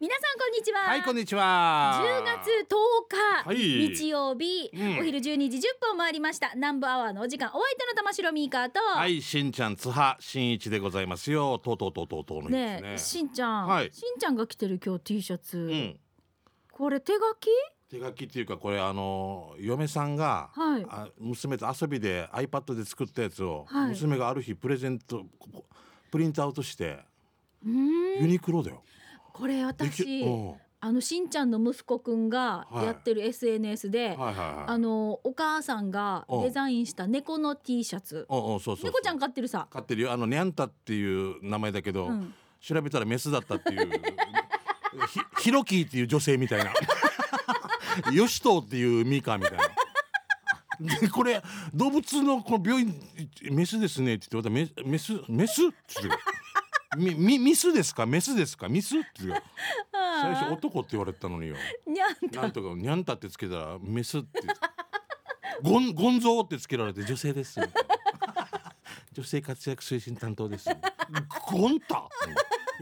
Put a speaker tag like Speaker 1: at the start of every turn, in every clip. Speaker 1: 皆さんこんにちは。
Speaker 2: はいこん
Speaker 1: に
Speaker 2: にちは
Speaker 1: 10月10日、
Speaker 2: はい
Speaker 1: 日曜日、
Speaker 2: うん
Speaker 1: お昼12時10分を回りました。南部アワーのお時間、お相手の玉城ミーカーと、
Speaker 2: はいしんちゃん津波しんいちでございますよとうとうとうとうとうの日
Speaker 1: ねえ、
Speaker 2: ですね
Speaker 1: しんちゃん、
Speaker 2: はい
Speaker 1: しんちゃんが着てる今日 T シャツ、
Speaker 2: うん
Speaker 1: これ手書き？
Speaker 2: 手書きっていうかこれあの嫁さんが、
Speaker 1: はい
Speaker 2: あ娘と遊びで iPad で作ったやつを、
Speaker 1: はい
Speaker 2: 娘がある日プレゼントここプリントアウトして
Speaker 1: うーん。
Speaker 2: ユニクロだよ。
Speaker 1: これ
Speaker 2: でき
Speaker 1: 私、
Speaker 2: うんは
Speaker 1: あのしんちゃんの息子くんがやってる SNS で、
Speaker 2: いはいはい。
Speaker 1: あのお母さんがデザインした猫の T シャツ。
Speaker 2: うんうんそうそうそう。
Speaker 1: 猫ちゃん飼ってるさ。
Speaker 2: 飼ってるよあのニャンタっていう名前だけど、
Speaker 1: うん
Speaker 2: 調べたらメスだったっていう ひヒロキーっていう女性みたいな ヨシトーっていうミカみたいな。でこれ動物のこの病院メスですねって言ってまたメメスメスって言ってくるみみミスですかメスですかミスって言ってくる最初男って言われてたのによ
Speaker 1: にゃんと
Speaker 2: なんとかニャンタってつけたらメスってゴンゴンゾーってつけられて女性ですみたいな女性活躍推進担当ですゴンタ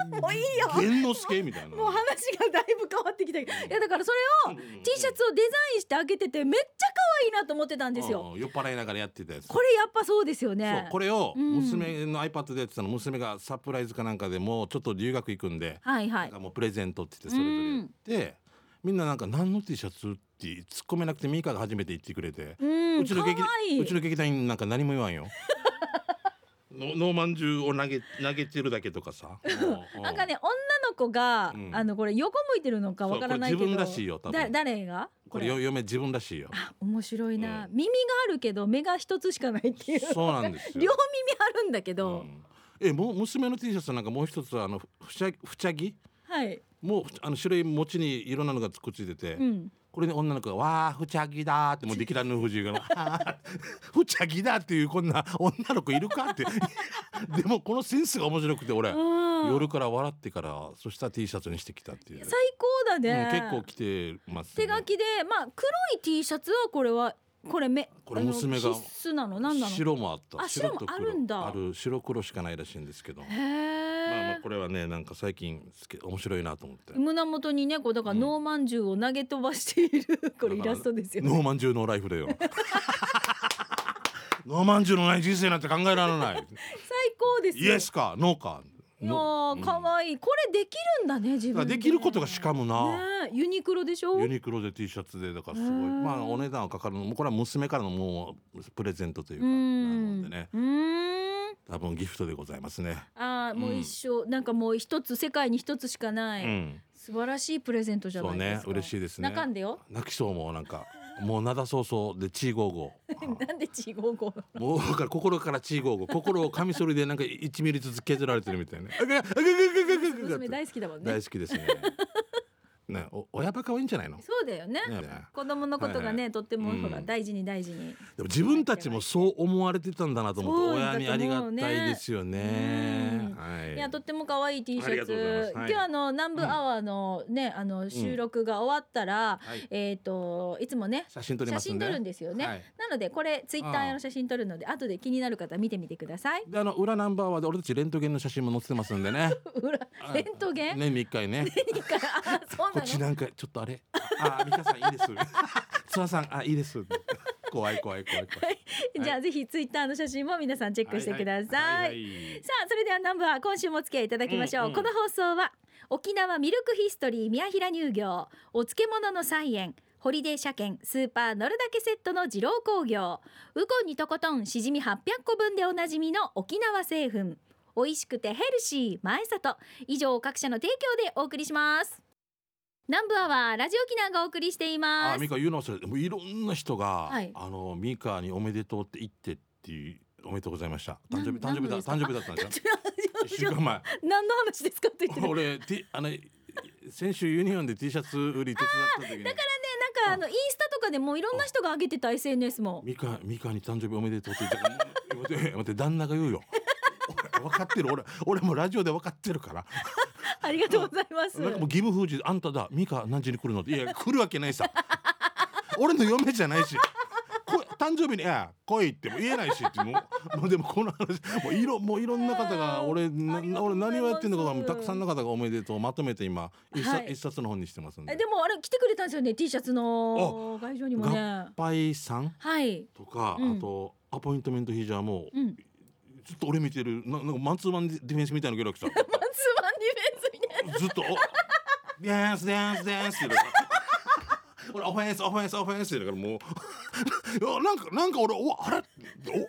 Speaker 1: もういいよ
Speaker 2: 玄之助みたいな
Speaker 1: もう話がだいぶ変わってきたけどいやだからそれを T シャツをデザインして開けててめっちゃ可愛いなと思ってたんです
Speaker 2: うん
Speaker 1: よ。
Speaker 2: うん酔っ払いながらやってたやつ
Speaker 1: これやっぱそうですよ
Speaker 2: そう
Speaker 1: ね。
Speaker 2: これを
Speaker 1: うん
Speaker 2: 娘の iPad でやってたの娘がサプライズかなんかでもうちょっと留学行くんで、
Speaker 1: はいは
Speaker 2: なん
Speaker 1: い
Speaker 2: か。もうプレゼントって言ってそれぞれ言ってみんななんか何の T シャツって突っ込めなくてミカが初めて言ってくれて
Speaker 1: うん、
Speaker 2: うちの
Speaker 1: 可
Speaker 2: 劇
Speaker 1: 愛いう
Speaker 2: ちの劇団員なんか何も言わんよ。 のノーマンジュを投げ投げてるだけと かさ。
Speaker 1: なんかね女の子が、
Speaker 2: うん
Speaker 1: あのこれ横向いてるのかわからないけど
Speaker 2: そうこれ自分らしいよ多分
Speaker 1: だ誰が
Speaker 2: これよ嫁自分らしいよ。
Speaker 1: あ面白いな、
Speaker 2: う
Speaker 1: 耳があるけど目が一つしかないっていう
Speaker 2: そうなんです
Speaker 1: 両耳
Speaker 2: よ。
Speaker 1: あるんだけど、
Speaker 2: うんえもう娘の T シャツなんかもう一つあのふちゃふちゃぎ
Speaker 1: はい、
Speaker 2: もうあの白い餅にいろんなのがくっついてて、
Speaker 1: うん、
Speaker 2: これで女の子が「わあふちゃぎだ」ってもうできらぬ不自由が「あ ーふちゃぎだ」っていうこんな女の子いるかって でもこのセンスが面白くて俺
Speaker 1: うん
Speaker 2: 夜から笑ってからそしたら T シャツにしてきたっていう。
Speaker 1: 最高だね、
Speaker 2: うん、結構来てます、
Speaker 1: 手
Speaker 2: ね。
Speaker 1: 書きでまあ黒い T シャツはこれはこれめ
Speaker 2: これ
Speaker 1: あの
Speaker 2: 娘が
Speaker 1: 必須なの何なの
Speaker 2: 白もあった。
Speaker 1: あ白も
Speaker 2: と黒
Speaker 1: あるんだ
Speaker 2: ある白黒しかないらしいんですけど。ま
Speaker 1: へえ、
Speaker 2: あまあこれはねなんか最近すけ面白いなと思って。
Speaker 1: 胸元にねこうだから
Speaker 2: うん
Speaker 1: ノーマンジュを投げ飛ばしてい るこれイ
Speaker 2: だから
Speaker 1: ラストですよ、
Speaker 2: ノーマンジュのライフだよ。ノーマンジュのない人生なんて考えられ ない。
Speaker 1: 最高です
Speaker 2: イ
Speaker 1: よ
Speaker 2: エスかノーか。
Speaker 1: いや
Speaker 2: ノー
Speaker 1: ー可愛いこれできるんだね自
Speaker 2: だか
Speaker 1: 分
Speaker 2: らできることがしかもな。
Speaker 1: ねえユニクロでしょ
Speaker 2: ユニクロで T シャツでだからすごい
Speaker 1: へー
Speaker 2: まあお値段はかかるのもこれは娘からのもうプレゼントという
Speaker 1: う
Speaker 2: かなんのでね
Speaker 1: うーん
Speaker 2: 多分ギフトでございますね。
Speaker 1: あーもう一生、なんかもう一つ世界に一つしかない、
Speaker 2: うん
Speaker 1: 素晴らしいプレゼントじゃ
Speaker 2: そ
Speaker 1: な
Speaker 2: う
Speaker 1: いで
Speaker 2: ね
Speaker 1: すか
Speaker 2: 嬉しいですね
Speaker 1: 泣かんでよ
Speaker 2: 泣きそうもうなんかもう灘そうそうでチーゴーゴー
Speaker 1: なんでちごご
Speaker 2: もう だから心からチーゴーゴー心をカミソリでなんか1ミリずつ削られてるみたいなあがあがあがあがあがあが
Speaker 1: 娘大好きだもんね
Speaker 2: 大好きですねねお親バカはいいんじゃないの、ね
Speaker 1: そうだよね子供のことが
Speaker 2: はい
Speaker 1: ね、とっても
Speaker 2: うん
Speaker 1: ほら大事に大事に
Speaker 2: でも自分たちもそう思われてたんだなと思
Speaker 1: そう
Speaker 2: って親
Speaker 1: だと思う
Speaker 2: にありがたいですよ
Speaker 1: ね
Speaker 2: ね。はい
Speaker 1: いやとっても可愛い T シ
Speaker 2: あり
Speaker 1: ャ
Speaker 2: がとうございま
Speaker 1: ツ
Speaker 2: すは
Speaker 1: 今
Speaker 2: い
Speaker 1: 日あの南部アワーのねあの収録が終わったら
Speaker 2: はい
Speaker 1: えっといつもね
Speaker 2: 写真撮り
Speaker 1: 写
Speaker 2: ます
Speaker 1: 真
Speaker 2: んで
Speaker 1: 撮るんですよね
Speaker 2: はい
Speaker 1: なのでこれツイッターの写真撮るので後で気になる方見てみてください
Speaker 2: であの裏ナンバーワーで俺たちレントゲンの写真も載せてますんでね
Speaker 1: 裏レントゲン
Speaker 2: 年に一回ね
Speaker 1: 何かあそう
Speaker 2: こ
Speaker 1: な
Speaker 2: っち
Speaker 1: の
Speaker 2: なんかちょっとあれあ、美香さんいいです 津和さんあ、いいです怖い怖い怖い怖い
Speaker 1: じゃあぜひツイッターの写真も皆さんチェックしてくださいさあそれではナンバー今週もお付き合いいただきましょう、
Speaker 2: うんうん
Speaker 1: この放送は沖縄ミルクヒストリー宮平乳業お漬物の菜園ホリデー車券スーパー乗るだけセットの二郎工業ウコンにとことんしじみ800個分でおなじみの沖縄製粉美味しくてヘルシー前里以上各社の提供でお送りします南部アワーラジオ沖縄がお送りしていま
Speaker 2: あ、
Speaker 1: す
Speaker 2: ミカ言うの忘れてもういろんな人が、
Speaker 1: はい
Speaker 2: あのミカにおめでとうって言ってっていうおめでとうございました誕生日
Speaker 1: なん
Speaker 2: 誕生日だ誕
Speaker 1: 何
Speaker 2: 生
Speaker 1: の
Speaker 2: 日だったんですよ一週
Speaker 1: ちょ
Speaker 2: 間 前
Speaker 1: 何の話ですかって言ってる
Speaker 2: 俺 T あの先週ユニオンで T シャツ売り手伝った時に
Speaker 1: だからねなんかあのインスタとかでもういろんな人が上げてた SNS も
Speaker 2: ミカミカに誕生日おめでとうって言ったから待って待って旦那が言うよ 俺分かってる俺俺もラジオで分かってるから
Speaker 1: ありがとうございます
Speaker 2: なんかもう義務封じあんた だミカ何時に来るのっていや来るわけないさ俺の嫁じゃないしこれ誕生日に「いや来い」っても言えないしってもうもうでもこの話もういろもういろんな方が俺な
Speaker 1: ありがとうござ
Speaker 2: 俺
Speaker 1: います
Speaker 2: 何をやってんのかともうたくさんの方がおめでとうまとめて今一冊,、
Speaker 1: はい
Speaker 2: 一冊の本にしてますんで。
Speaker 1: えでもあれ来てくれたんですよね T シャツの会場にもね
Speaker 2: パイさん
Speaker 1: はい
Speaker 2: とか、
Speaker 1: うん
Speaker 2: あとアポイントメントヒジャーも
Speaker 1: うん
Speaker 2: ずっと俺見てるななんかマンツーマンディフェンスみたいなキャラクター
Speaker 1: マンツーマンディフェンスみたいな
Speaker 2: ずっと「デンスデンスデンス」って言うから俺オフェンスオフェンスオフェンスって言うからもういやなんかなんか俺おあれ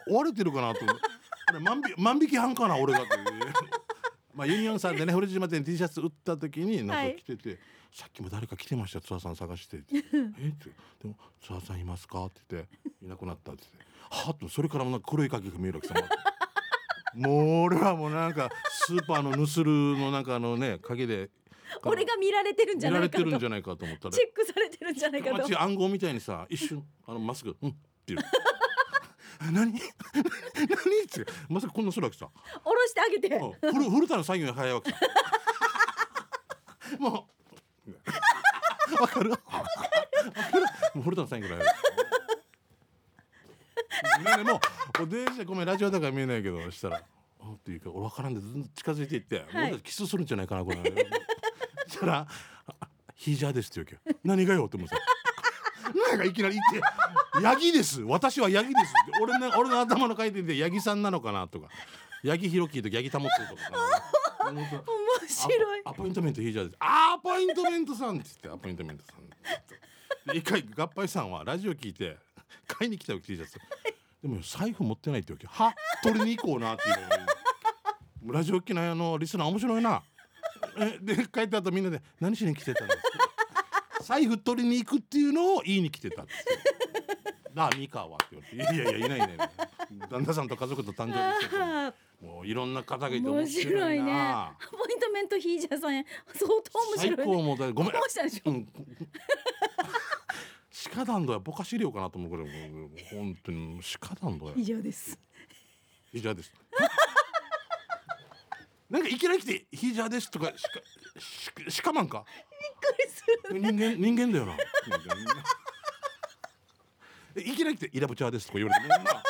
Speaker 2: お追われてるかなと思ってあれ万引万引き犯かな俺がっていうまあユニオンさんでね堀島店に T シャツ売った時にな
Speaker 1: は
Speaker 2: ん
Speaker 1: い
Speaker 2: か着てて、さっきも誰か来てましたツアーさん探し て」って「えっ?」て「でもツアーさんいますか?」って言って「いなくなった」って言って「はっ」とそれからもなんか黒い影が見えるわけさもう俺はもうなんかスーパーのヌスルのなんかあのね影 で
Speaker 1: 俺が見られてるんじゃ
Speaker 2: 見
Speaker 1: な
Speaker 2: られ
Speaker 1: いか
Speaker 2: て
Speaker 1: と
Speaker 2: るんじゃないかと思ったら
Speaker 1: チェックされてるんじゃないか
Speaker 2: ま
Speaker 1: と
Speaker 2: あ違う暗号みたいにさ一瞬あのまっすぐ「うん」っていう 何 何ってまさかこんなするわけさ
Speaker 1: 下ろしてあげて
Speaker 2: うん古古田の作業に早いわけさ もうわかるわかるもう古田の作業ぐらい早いねねもうお電車ごめんラジオだから見えないけどしたら「おっていうか俺わからんでずんと近づいていって、
Speaker 1: い
Speaker 2: 俺たちキスするんじゃないかなこれそしたらあ「ヒジャーです」って言うわけよ何がよって思うさなんかいきなり言って「ヤギです私はヤギです」って俺の俺の頭の回転でヤギさんなのかなとかヤギひろきとヤギたもってとかさなんか
Speaker 1: 面白い
Speaker 2: アポアポイントメントヒージャーですあーアポイントメントさんって言ってアポイントメントさんで一回合杯さんはラジオ聞いて買いに来たよ T シャツでも財布持ってないってわけは取りに行こうなっていうのにラジオ機内あのリスナー面白いなえで帰った後みんなで何しに来てたんですか財布取りに行くっていうのを言いに来てたんですなあ三河って言われていやいやいないいないいない旦那さんと家族と誕生日し てた
Speaker 1: あ
Speaker 2: もういろんな方がいて
Speaker 1: 面
Speaker 2: 面
Speaker 1: 白
Speaker 2: 白い
Speaker 1: いね
Speaker 2: な
Speaker 1: アポイントメントヒージャーさんや相当面
Speaker 2: 最
Speaker 1: 白いね
Speaker 2: 高もだごめん
Speaker 1: どうしたんでしょ
Speaker 2: う
Speaker 1: うん
Speaker 2: 鹿団子やぼかし料かなと思うけどもう本当に鹿団子や
Speaker 1: 以上です
Speaker 2: ヒジャーです なんかいきなり来てヒジャーですとか鹿鹿マンか
Speaker 1: びっくりする
Speaker 2: 人間人間だよな えいきなり来てイラブチャーですとか言われてもうなた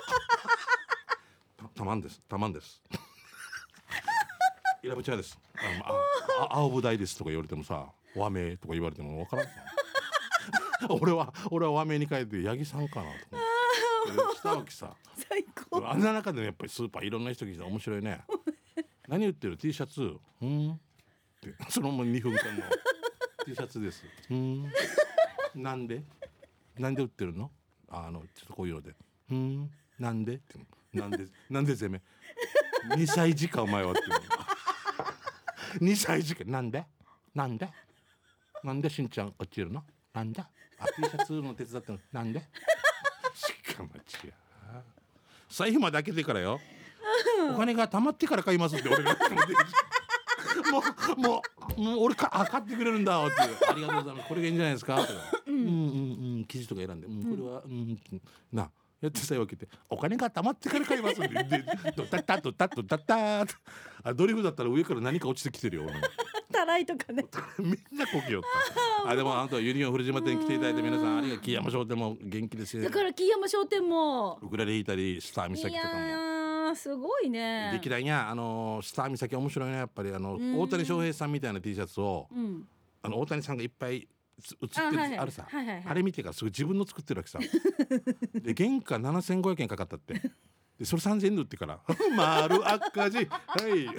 Speaker 2: たまんですたまんです イラブチャーですあのああ青ぶ台ですとか言われてもさ和名とか言われてもわからんさ 俺は俺は和名に変えて八木さんかなと思って下脇さ
Speaker 1: 最高
Speaker 2: あんな中でもやっぱりスーパーいろんな人来て面白いね何売ってる T シャツうんってそのまま2分間の T シャツですうんなんでなんで売ってるのああのちょっとこういうのでうんなんでってなんでなんで攻め2歳児かお前はって2歳児かなんでなんでなんでしんちゃん落ちるのなんであ T シャツの手伝ってるのなんでしかも違う財布まで開けてからよ。お金が貯まってから買いますって俺がもうもうもう俺かあ買ってくれるんだっていうありがとうございますこれがいいんじゃないですかとか、うん、うんうん生地とか選んで、うん、これはうんなやってさえ分けてお金が貯まってから買いますって言ってドタッタッドタッドタッタッとあドリフだったら上から何か落ちてきてるよ俺も
Speaker 1: たらいとかね
Speaker 2: みんなこきよったあでもあなたはユニオン古島店に来ていただいて皆さんありがとう木山商店も元気ですよ
Speaker 1: だから木山商店も
Speaker 2: ウクレレ弾いたりスター
Speaker 1: い
Speaker 2: 岬と
Speaker 1: や
Speaker 2: かも。
Speaker 1: ーすごいね
Speaker 2: できないやあのスター岬面白いねやっぱりあの
Speaker 1: ん
Speaker 2: 大谷翔平さんみたいな T シャツを
Speaker 1: うん
Speaker 2: あの大谷さんがいっぱいつ写
Speaker 1: あ
Speaker 2: って
Speaker 1: はいはい
Speaker 2: るあるさ
Speaker 1: はいはいはい
Speaker 2: あれ見てからすぐ自分の作ってるわけさで原価7500円かかったってでそれ3000円で売ってから 丸赤字はい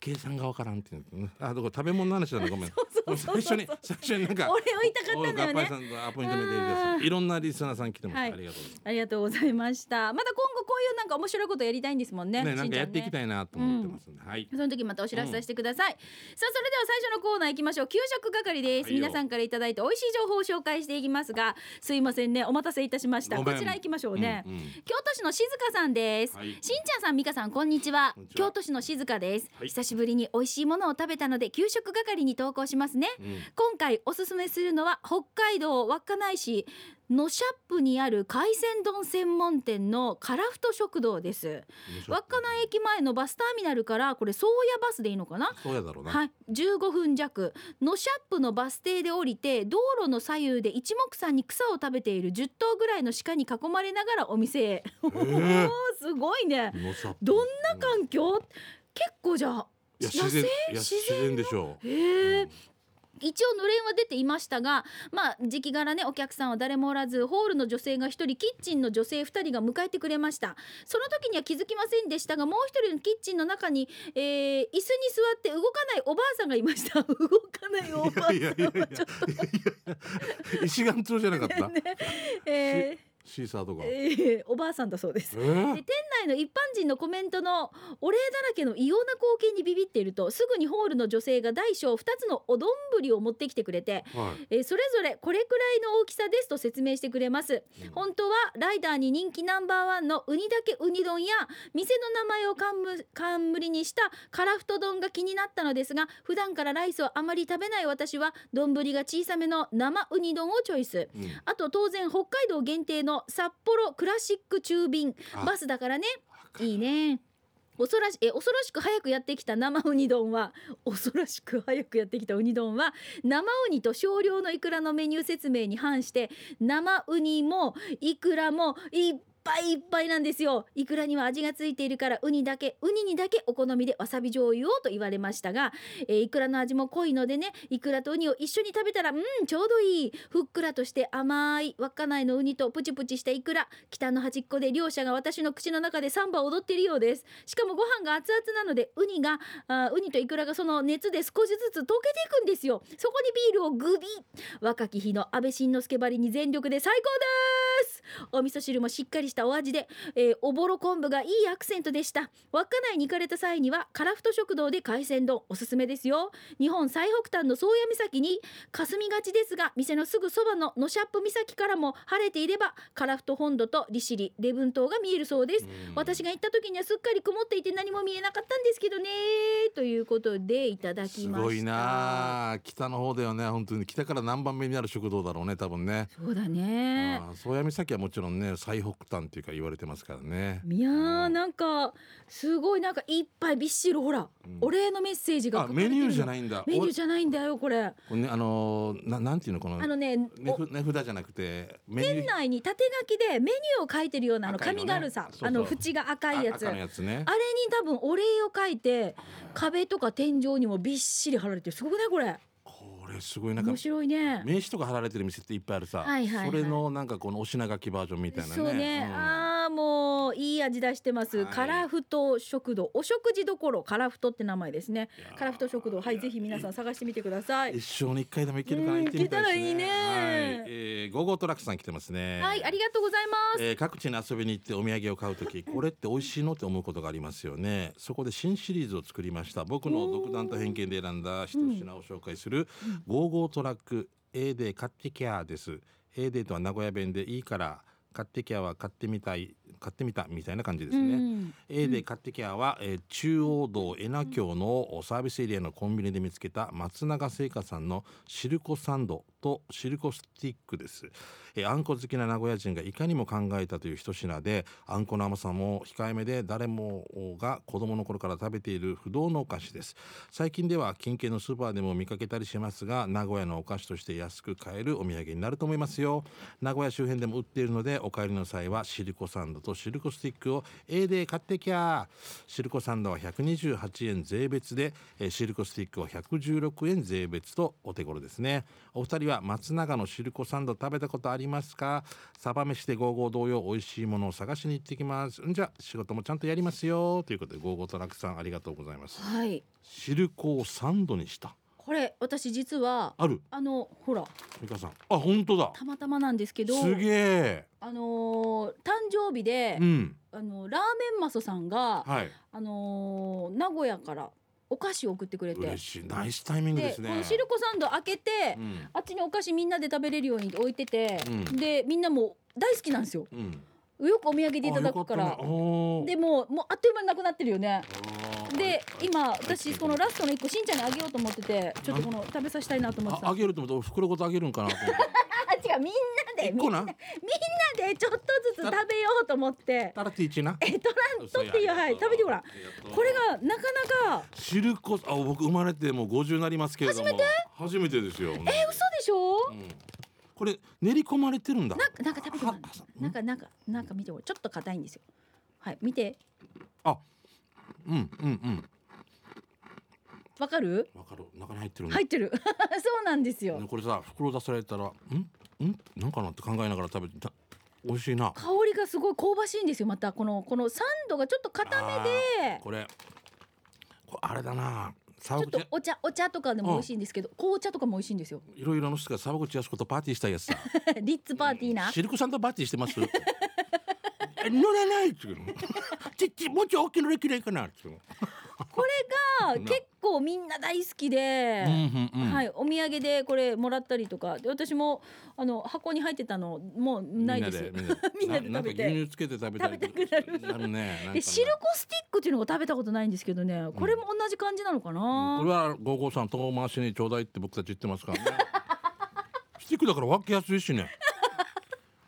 Speaker 2: 計算がわからんっていうのあだから食べ物の話なんだごめん
Speaker 1: そうそうそうそう
Speaker 2: 俺最初に最初になんか
Speaker 1: 俺を言いたかったんだよね
Speaker 2: お合杯さんとアポイントメント入れてくださいいろんなリスナーさん来てます、
Speaker 1: はい
Speaker 2: ありがとうございます
Speaker 1: ありがとうございましたまた今後こういうなんか面白いことやりたいんですもんね
Speaker 2: ねなんかやっていき
Speaker 1: い
Speaker 2: たいなと思ってますんで、はい
Speaker 1: その時またお知らせさせてください、さあそれでは最初のコーナー行きましょう給食係です、
Speaker 2: はいよ
Speaker 1: 皆さんからいただいて美味しい情報を紹介していきますがすいませんねお待たせいたしました
Speaker 2: ご
Speaker 1: こ
Speaker 2: めん
Speaker 1: ちら行きましょうね、
Speaker 2: うんうん
Speaker 1: 京都市の静香さんです、
Speaker 2: はい
Speaker 1: しんちゃんさん美香さんこんにちは
Speaker 2: こんにちは
Speaker 1: 京都市の静香です、
Speaker 2: はい
Speaker 1: 久しぶりに美味しいものを食べたので給食係に投稿しますね、今回おすすめするのは北海道稚内市のシャップにある海鮮丼専門店のカラフト食堂です稚内駅前のバスターミナルからこれ宗谷バスでいいのかな
Speaker 2: そうやだろうな、
Speaker 1: はい、15分弱のシャップのバス停で降りて道路の左右で一目散に草を食べている10頭ぐらいの鹿に囲まれながらお店へ、おーすごいね
Speaker 2: のさ
Speaker 1: どんな環境結構じゃあ
Speaker 2: いや
Speaker 1: 野
Speaker 2: 自然
Speaker 1: 生
Speaker 2: いや
Speaker 1: 自
Speaker 2: 自
Speaker 1: 然
Speaker 2: 然でしょう、
Speaker 1: へ
Speaker 2: う
Speaker 1: え
Speaker 2: ん
Speaker 1: 一応のれんは出ていましたがまあ時期柄ねお客さんは誰もおらずホールの女性が1人キッチンの女性2人が迎えてくれましたその時には気づきませんでしたがもう1人のキッチンの中に、えー椅子に座って動かないおばあさんがいました 動かないおばあさん
Speaker 2: いやいやいや
Speaker 1: はちょっと
Speaker 2: 石岩町じゃなかった、
Speaker 1: ね、え
Speaker 2: シーサーとか、
Speaker 1: ーえーおばあさんだそうです
Speaker 2: えー
Speaker 1: で店内の一般人のコメントのお礼だらけの異様な光景にビビっているとすぐにホールの女性が大小2つのお丼を持ってきてくれて、
Speaker 2: はい
Speaker 1: えーそれぞれこれくらいの大きさですと説明してくれます
Speaker 2: うん
Speaker 1: 本当はライダーに人気ナンバーワンのウニだけウニ丼や店の名前を冠冠にしたカラフト丼が気になったのですが普段からライスをあまり食べない私は丼が小さめの生ウニ丼をチョイス
Speaker 2: うん
Speaker 1: あと当然北海道限定の札幌クラシック中便
Speaker 2: あ
Speaker 1: バスだからねいいね恐ろしえ恐ろしく早くやってきた生ウニ丼は恐ろしく早くやってきたウニ丼は生ウニと少量のイクラのメニュー説明に反して生ウニもイクラもいっぱいいっぱいなんですよイクラには味がついているからウニだけウニにだけお好みでわさび醤油をと言われましたが、えーイクラの味も濃いのでねイクラとウニを一緒に食べたらうんちょうどいいふっくらとして甘い稚内のウニとプチプチしたイクラ北の端っこで両者が私の口の中でサンバを踊っているようですしかもご飯が熱々なのでウニがあーウニとイクラがその熱で少しずつ溶けていくんですよそこにビールをグビ若き日の安倍晋之助ばりに全力で最高ですお味噌汁もしっかりしたお味で、えーおぼろ昆布がいいアクセントでした稚内に行かれた際にはカラフト食堂で海鮮丼おすすめですよ日本最北端の宗谷岬に霞がちですが店のすぐそばのノシャップ岬からも晴れていればカラフト本土と利尻礼文島が見えるそうです、
Speaker 2: うん
Speaker 1: 私が行った時にはすっかり曇っていて何も見えなかったんですけどねということでいただき
Speaker 2: す
Speaker 1: ました
Speaker 2: ごいなあ北の方だよね本当に北から何番目にある食堂だろうね多分ね
Speaker 1: そうだね
Speaker 2: ああ宗谷岬はもちろんね最北端っていうか言われてますからね
Speaker 1: いやー
Speaker 2: うん
Speaker 1: なんかすごいなんかいっぱいびっしりほら、
Speaker 2: うん
Speaker 1: お礼のメッセージが
Speaker 2: あメニューじゃ
Speaker 1: い
Speaker 2: ないんだ
Speaker 1: メニューじゃないんだよこれ
Speaker 2: おねあのーななんていうのこの
Speaker 1: あのね
Speaker 2: ね
Speaker 1: お
Speaker 2: ふ値札じゃなくてメニュ
Speaker 1: 店内に縦書きでメニューを書いてるようなあの
Speaker 2: 赤いのね
Speaker 1: 紙があるさ、
Speaker 2: そうそう
Speaker 1: あの縁が赤いやつ
Speaker 2: あ赤のやつね
Speaker 1: あれに多分お礼を書いて壁とか天井にもびっしり貼られてるすごくないこれ
Speaker 2: これすごいなんか
Speaker 1: 面白いね
Speaker 2: 名刺とか貼られてる店っていっぱいあるさ、
Speaker 1: はいはいはい
Speaker 2: それのなんかこのお品書きバージョンみたいなね
Speaker 1: そうね、
Speaker 2: ん
Speaker 1: ああもういい味出してます、
Speaker 2: はい
Speaker 1: カラフト食堂お食事どころカラフトって名前ですね
Speaker 2: いやー
Speaker 1: カラフト食堂はいぜひ皆さん探してみてください
Speaker 2: 一生に一回でも行けるかな
Speaker 1: うん
Speaker 2: 行ってみたいですね
Speaker 1: 行けたらいいね
Speaker 2: はい、えー、ゴーゴートラックさん来てますね
Speaker 1: はい、ありがとうございます。
Speaker 2: えー各地に遊びに行ってお土産を買うときこれって美味しいのって思うことがありますよねそこで新シリーズを作りました僕の独断と偏見で選んだ一品を紹介する「ゴーゴートラック A デー買ってきゃ」です「A デーとは名古屋弁でいいから買ってきゃは買ってみたい買ってみたみたいな感じですね、A で買ってきゃは、えー中央道恵那京のサービスエリアのコンビニで見つけた松永製菓さんのシルコサンドとシルコスティックです、えーあんこ好きな名古屋人がいかにも考えたという一品であんこの甘さも控えめで誰もが子供の頃から食べている不動のお菓子です最近では近県のスーパーでも見かけたりしますが名古屋のお菓子として安く買えるお土産になると思いますよ名古屋周辺でも売っているのでお帰りの際はシルコサンドとシルコスティックを A で買ってきゃシルコサンドは128円税別でえーシルコスティックは116円税別とお手頃ですねお二人は松永のシルコサンド食べたことありますかサバ飯で55同様美味しいものを探しに行ってきますんじゃ仕事もちゃんとやりますよということで55トラックさんありがとうございます
Speaker 1: はい、
Speaker 2: シルコをサンドにした
Speaker 1: これ私実は
Speaker 2: ある
Speaker 1: あのほら
Speaker 2: 美香さんあ本当だ
Speaker 1: たまたまなんですけど、
Speaker 2: すげえ
Speaker 1: あのー誕生日で、
Speaker 2: うん
Speaker 1: あのラーメンマソさんが、
Speaker 2: はい
Speaker 1: あのー名古屋からお菓子を送ってくれて、
Speaker 2: 嬉しいナイスタイミングで
Speaker 1: ですこの
Speaker 2: ね
Speaker 1: シルコサンド開けて、
Speaker 2: うん
Speaker 1: あっちにお菓子みんなで食べれるように置いてて、
Speaker 2: うん
Speaker 1: でみんなもう大好きなんですよ。
Speaker 2: うん
Speaker 1: よくお土産でいただくから。
Speaker 2: あよったねおー
Speaker 1: でもうもうあっという間になくなってるよね。
Speaker 2: あー
Speaker 1: で今私このラス
Speaker 2: ト
Speaker 1: トの一個しんちゃんにあげようと思っててちょっとこの食べさせたいなと思って
Speaker 2: あ
Speaker 1: た
Speaker 2: あげると思って俺袋ごとあげるんかなと思って
Speaker 1: あ違違うみんな で
Speaker 2: 一
Speaker 1: み
Speaker 2: 個
Speaker 1: んな
Speaker 2: な
Speaker 1: でちょっとずつ食べようと思って
Speaker 2: タラティーチな
Speaker 1: えトランとっていうはい食べてごらんこれがなかなか
Speaker 2: シルコあ僕生まれてもう50になりますけれども初めて初めてですよえ
Speaker 1: 嘘でしょ
Speaker 2: うんこれ練り込まれてるんだ
Speaker 1: なんかなんか食べてごらん
Speaker 2: はは
Speaker 1: なんかなんかなんか見てごらんちょっと硬いんですよはい見て
Speaker 2: うんうんうん
Speaker 1: わかる
Speaker 2: わかる中に入ってるね
Speaker 1: 入ってる そうなんですよ
Speaker 2: ねこれさ袋出されたらんんなんかなって考えながら食べてた美味しいな
Speaker 1: 香りがすごい香ばしいんですよまたこのこのサンドがちょっと硬めで
Speaker 2: これこれあれだな
Speaker 1: ちょ
Speaker 2: 沢
Speaker 1: っと
Speaker 2: 口
Speaker 1: お茶お茶とかでも美味しいんですけど、紅茶とかも美味しいんですよ
Speaker 2: いろいろの人が沢口靖子とパーティーしたいやつさ
Speaker 1: リッツパーティーな
Speaker 2: シルクさんとパーティーしてます え乗れないって言うの ちっちもうちょい大きいのできないかなっていうの
Speaker 1: これが
Speaker 2: うん
Speaker 1: 結構みんな大好きで、
Speaker 2: うんうんうん
Speaker 1: はい、お土産でこれもらったりとかで私もあの箱に入ってたのもうないです
Speaker 2: みんなで
Speaker 1: みんなで食べて
Speaker 2: ななんか牛乳つけて食べたりと
Speaker 1: 食べたくなる
Speaker 2: なるねなんか
Speaker 1: で
Speaker 2: ね
Speaker 1: シルコスティックっていうのが食べたことないんですけどねこれも同じ感じなのかな、
Speaker 2: これはゴーゴーさん遠回しにちょうだいって僕たち言ってますからね スティックだから分けやすいしね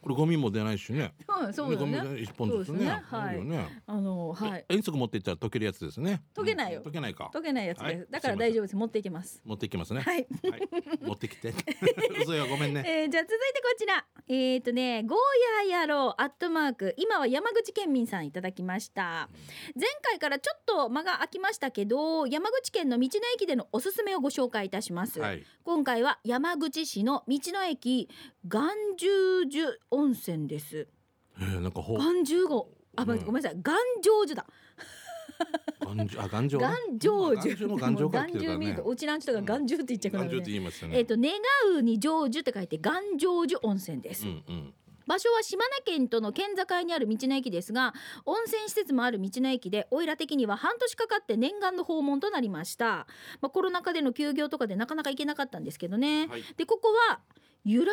Speaker 2: これゴミも出ないしね
Speaker 1: うん、そうだ
Speaker 2: ね
Speaker 1: ね
Speaker 2: ゴミ一本ずつ
Speaker 1: そうです
Speaker 2: ね
Speaker 1: ねはい
Speaker 2: あるよね
Speaker 1: あのはい
Speaker 2: え遠足持っていったら溶けるやつですね
Speaker 1: 溶けないよ
Speaker 2: うん溶けないか
Speaker 1: 溶けないやつです、
Speaker 2: はい
Speaker 1: だから大丈夫です持っていけます
Speaker 2: 持ってい きますね
Speaker 1: はい
Speaker 2: はい持ってきて 嘘よごめん ね
Speaker 1: えーじゃあ続いてこちらえっ、とねゴーヤー野郎アットマーク今は山口県民さんいただきました前回からちょっと間が空きましたけど山口県の道の駅でのおすすめをご紹介いたします、
Speaker 2: はい
Speaker 1: 今回は山口市の道の駅岩中樹温泉です
Speaker 2: えーなんかほう
Speaker 1: 岩中湖あ、ま
Speaker 2: うん
Speaker 1: ごめんなさい岩上樹だ
Speaker 2: 頑丈あ頑丈ね
Speaker 1: 岩上樹
Speaker 2: も頑丈か
Speaker 1: 岩
Speaker 2: っていうから
Speaker 1: 中見
Speaker 2: ね
Speaker 1: るとうちなんちとか岩中って言っちゃうから
Speaker 2: 頑
Speaker 1: ね、
Speaker 2: 丈って言いますよね
Speaker 1: えっ、と願うに成就って書いて岩成就温泉です、
Speaker 2: うんうん
Speaker 1: 場所は島根県との県境にある道の駅ですが温泉施設もある道の駅でおいら的には半年かかって念願の訪問となりました、まあ、コロナ禍での休業とかでなかなか行けなかったんですけどね、
Speaker 2: はい
Speaker 1: でここは湯楽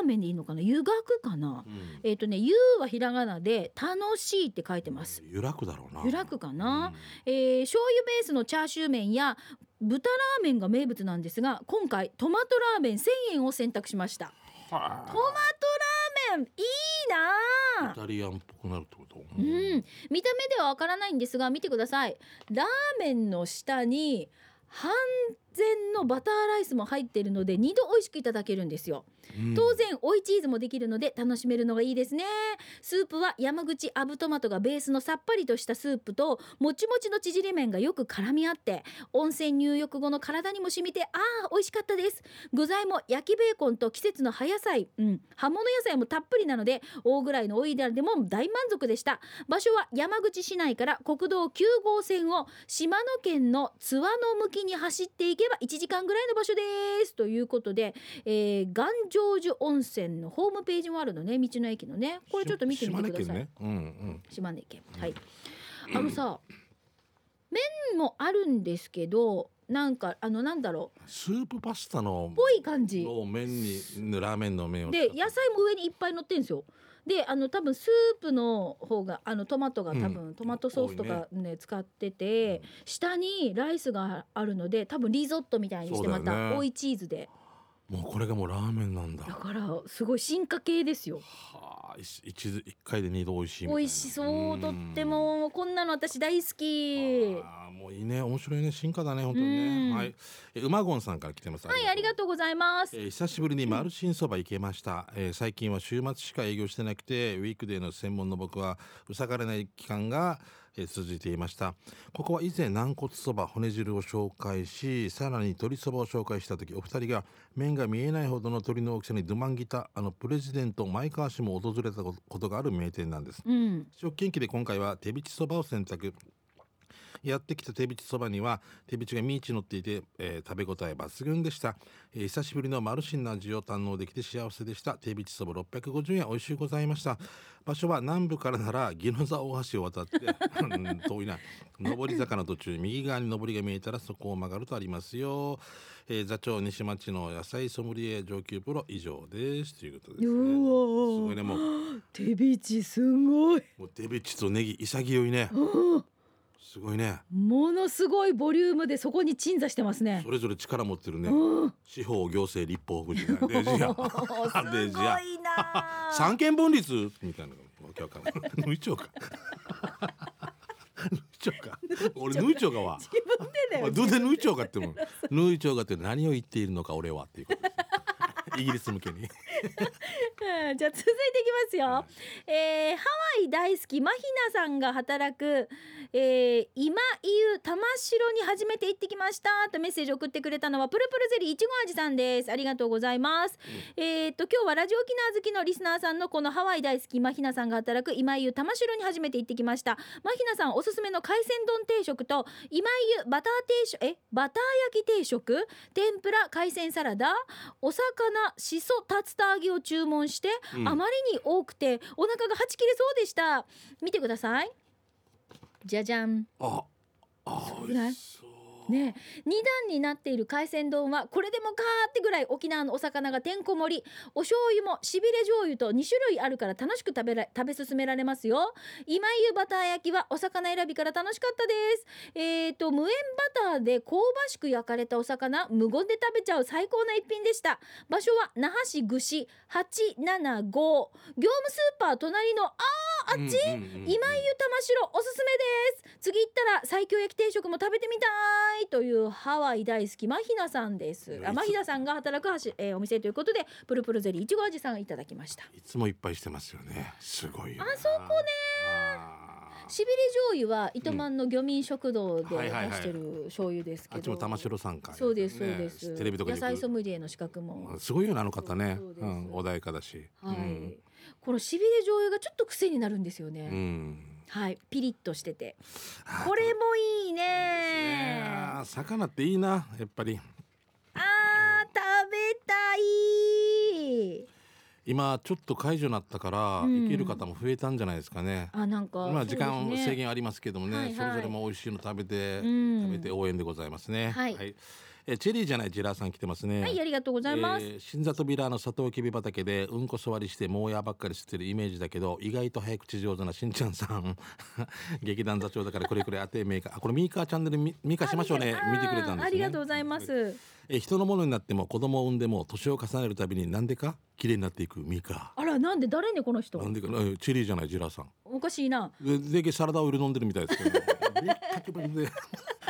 Speaker 1: ラーメンでいいのかな湯楽かな
Speaker 2: うん
Speaker 1: えっ、とね「湯」はひらがなで「楽しい」って書いてます
Speaker 2: ゆらくだろうな
Speaker 1: 湯楽かな、
Speaker 2: うん
Speaker 1: えー醤油ベースのチャーシュー麺や豚ラーメンが名物なんですが今回トマトラーメン1000円を選択しました
Speaker 2: はあ
Speaker 1: トマトラーメンいいな
Speaker 2: イ
Speaker 1: あ
Speaker 2: タリアンっぽくなるってこと
Speaker 1: うん、見た目ではわからないんですが見てくださいラーメンの下に半膳のバターライスも入っているので2度美味しくいただけるんですよ
Speaker 2: うん
Speaker 1: 当然追いチーズもできるので楽しめるのがいいですねスープは山口アブトマトがベースのさっぱりとしたスープともちもちの縮れ麺がよく絡み合って温泉入浴後の体にも染みてあー美味しかったです具材も焼きベーコンと季節の葉野菜、うん、葉物野菜もたっぷりなので大ぐらいのおいだれでも大満足でした場所は山口市内から国道9号線を島根県の津和野向きに走っていけば1時間ぐらいの場所ですということでえー、岩上寺温泉のホームページもあるのね道の駅のねこれちょっと見てみてください
Speaker 2: 島根県ねうんうん
Speaker 1: 島根県はい、あのさ麺もあるんですけどなんかあのなんだろう
Speaker 2: スープパスタの
Speaker 1: ぽい感じ
Speaker 2: の麺にラーメンの麺を
Speaker 1: で野菜も上にいっぱい乗ってんですよであの多分スープの方があのトマトが多分、トマトソースとかね使ってて、下にライスがあるので多分リゾットみたいにしてま
Speaker 2: そうだよ
Speaker 1: た
Speaker 2: ね
Speaker 1: 追いチーズで
Speaker 2: もうこれがもうラーメンなんだ
Speaker 1: だからすごい進化系ですよ
Speaker 2: はあ一一度一回で二度美味しいみたいな
Speaker 1: 美味しそうとってもこんなの私大好
Speaker 2: う
Speaker 1: き
Speaker 2: んああもういいね面白いね進化だね本当に
Speaker 1: うん
Speaker 2: ねはいえ馬ゴンさんから来てます
Speaker 1: はいありがとうございます
Speaker 2: えー久しぶりにマルシンそば行けました、えー最近は週末しか営業してなくてウィークデーの専門の僕はうさがれない期間が、えー続いていましたここは以前軟骨そば骨汁を紹介しさらに鶏そばを紹介した時お二人が麺が見えないほどの鶏の大きさにドゥマンギタあのプレジデント前川氏も訪れたことがある名店なんです
Speaker 1: うん
Speaker 2: 食券機で今回は手びちそばを選択やってきた手びちそばには手びちがミンチ乗っていて、えー食べ応え抜群でした、えー久しぶりのマルシンの味を堪能できて幸せでした手びちそば650円美味しゅうございました場所は南部からなら宜野座大橋を渡って うん遠いな上り坂の途中右側に上りが見えたらそこを曲がるとありますよ、えー座長西町の野菜ソムリエ上級プロ以上ですということですね
Speaker 1: うわー
Speaker 2: すごいねもう
Speaker 1: 手びちすごい
Speaker 2: もうデビッチとネギ潔いね。すごいね
Speaker 1: ものすごいボリュームでそこに鎮座してますね
Speaker 2: そ。れぞれ力持ってるね
Speaker 1: うん、
Speaker 2: 司法行政立法婦人
Speaker 1: お
Speaker 2: でじゃ
Speaker 1: ー
Speaker 2: あですじ
Speaker 1: ご
Speaker 2: ゃあ
Speaker 1: いなー。
Speaker 2: 三権分立みたいなのわけわかんない 抜いちゃおうか 抜いちゃおうか俺抜いちゃおうかは
Speaker 1: 自分でだよ。
Speaker 2: どうで抜いちゃおうかっても抜いちゃおうかって何を言っているのか俺はっていうこと ですねイギリス向けに
Speaker 1: うんじゃあ続いていきますよ、えーハワイ大好きマヒナさんが働く、えー今湯玉城に初めて行ってきましたとメッセージを送ってくれたのはプルプルゼリーいちご味さんですありがとうございます、えーっと今日はラジオ沖縄好きのリスナーさんのこのハワイ大好きマヒナさんが働く今湯玉城に初めて行ってきましたマヒナさんおすすめの海鮮丼定食と今湯バター定食えバター焼き定食天ぷら海鮮サラダお魚しそ竜田揚げを注文して、
Speaker 2: うん
Speaker 1: あまりに多くてお腹がはち切れそうでした見てくださいじゃじゃん
Speaker 2: ああ
Speaker 1: ごく
Speaker 2: 美
Speaker 1: ない
Speaker 2: 味しそう
Speaker 1: ねえ2段になっている海鮮丼はこれでもかーってぐらい沖縄のお魚がてんこ盛りお醤油もしびれ醤油と2種類あるから楽しく食べら食べ進められますよ今湯バター焼きはお魚選びから楽しかったですえーと無塩バターで香ばしく焼かれたお魚無言で食べちゃう最高な一品でした場所は那覇市ぐし875業務スーパー隣のああっち、
Speaker 2: うんうんうんうん
Speaker 1: 今湯玉城おすすめです次行ったら最強焼き定食も食べてみたいというハワイ大好きマヒナさんですあマヒナさんが働くはし、えーお店ということでプルプルゼリーいちご味さんいただきました
Speaker 2: いつもいっぱいしてますよねすごいよな
Speaker 1: あそこね
Speaker 2: あー
Speaker 1: しびれ醤油は糸満の漁民食堂で
Speaker 2: はいはいはい
Speaker 1: 出してる醤油です
Speaker 2: あ
Speaker 1: け
Speaker 2: っち
Speaker 1: ど、
Speaker 2: も玉城さんか、ね、
Speaker 1: そうですそうです、
Speaker 2: テレビとか
Speaker 1: 野
Speaker 2: でよく
Speaker 1: 菜ソムリエの資格も、
Speaker 2: すごいよねあの方ね
Speaker 1: そうです
Speaker 2: うん、穏やかだし、
Speaker 1: はい、
Speaker 2: うん
Speaker 1: このしびれ醤油がちょっと癖になるんですよね、
Speaker 2: うん、
Speaker 1: はいピリッとしてて
Speaker 2: あー
Speaker 1: これもいい
Speaker 2: ね
Speaker 1: ね
Speaker 2: あー魚っていいなやっぱり
Speaker 1: あー食べたい
Speaker 2: 今ちょっと解除になったから、
Speaker 1: うん
Speaker 2: 行ける方も増えたんじゃないですかね
Speaker 1: あなんか
Speaker 2: まあ時間
Speaker 1: そうですね
Speaker 2: 制限ありますけどもね
Speaker 1: はいはい
Speaker 2: それぞれも美味しいの食べて、
Speaker 1: うん
Speaker 2: 食べて応援でございますね
Speaker 1: はい
Speaker 2: えチェリーじゃないジェラーさん来てますね
Speaker 1: はいありがとうございます、
Speaker 2: えー新里ビラのサトウキビ畑でうんこ座りしてもうやばっかりしてるイメージだけど意外と早口上手なしんちゃんさん 劇団座長だからこれくらい当てメーカーあこれミーカーチャンネルミミーカーしましょうね
Speaker 1: あ
Speaker 2: 見てくれたんですね
Speaker 1: ありがとうございます
Speaker 2: えー人のものになっても子供を産んでも年を重ねるたびになんでか綺麗になっていくミーカ
Speaker 1: あらなんで誰ねこの人
Speaker 2: ーなんでかえーチェリーじゃないジラーさん
Speaker 1: おかしいな
Speaker 2: ででサラダオイル飲んでるみたいですけどで かき混ぜて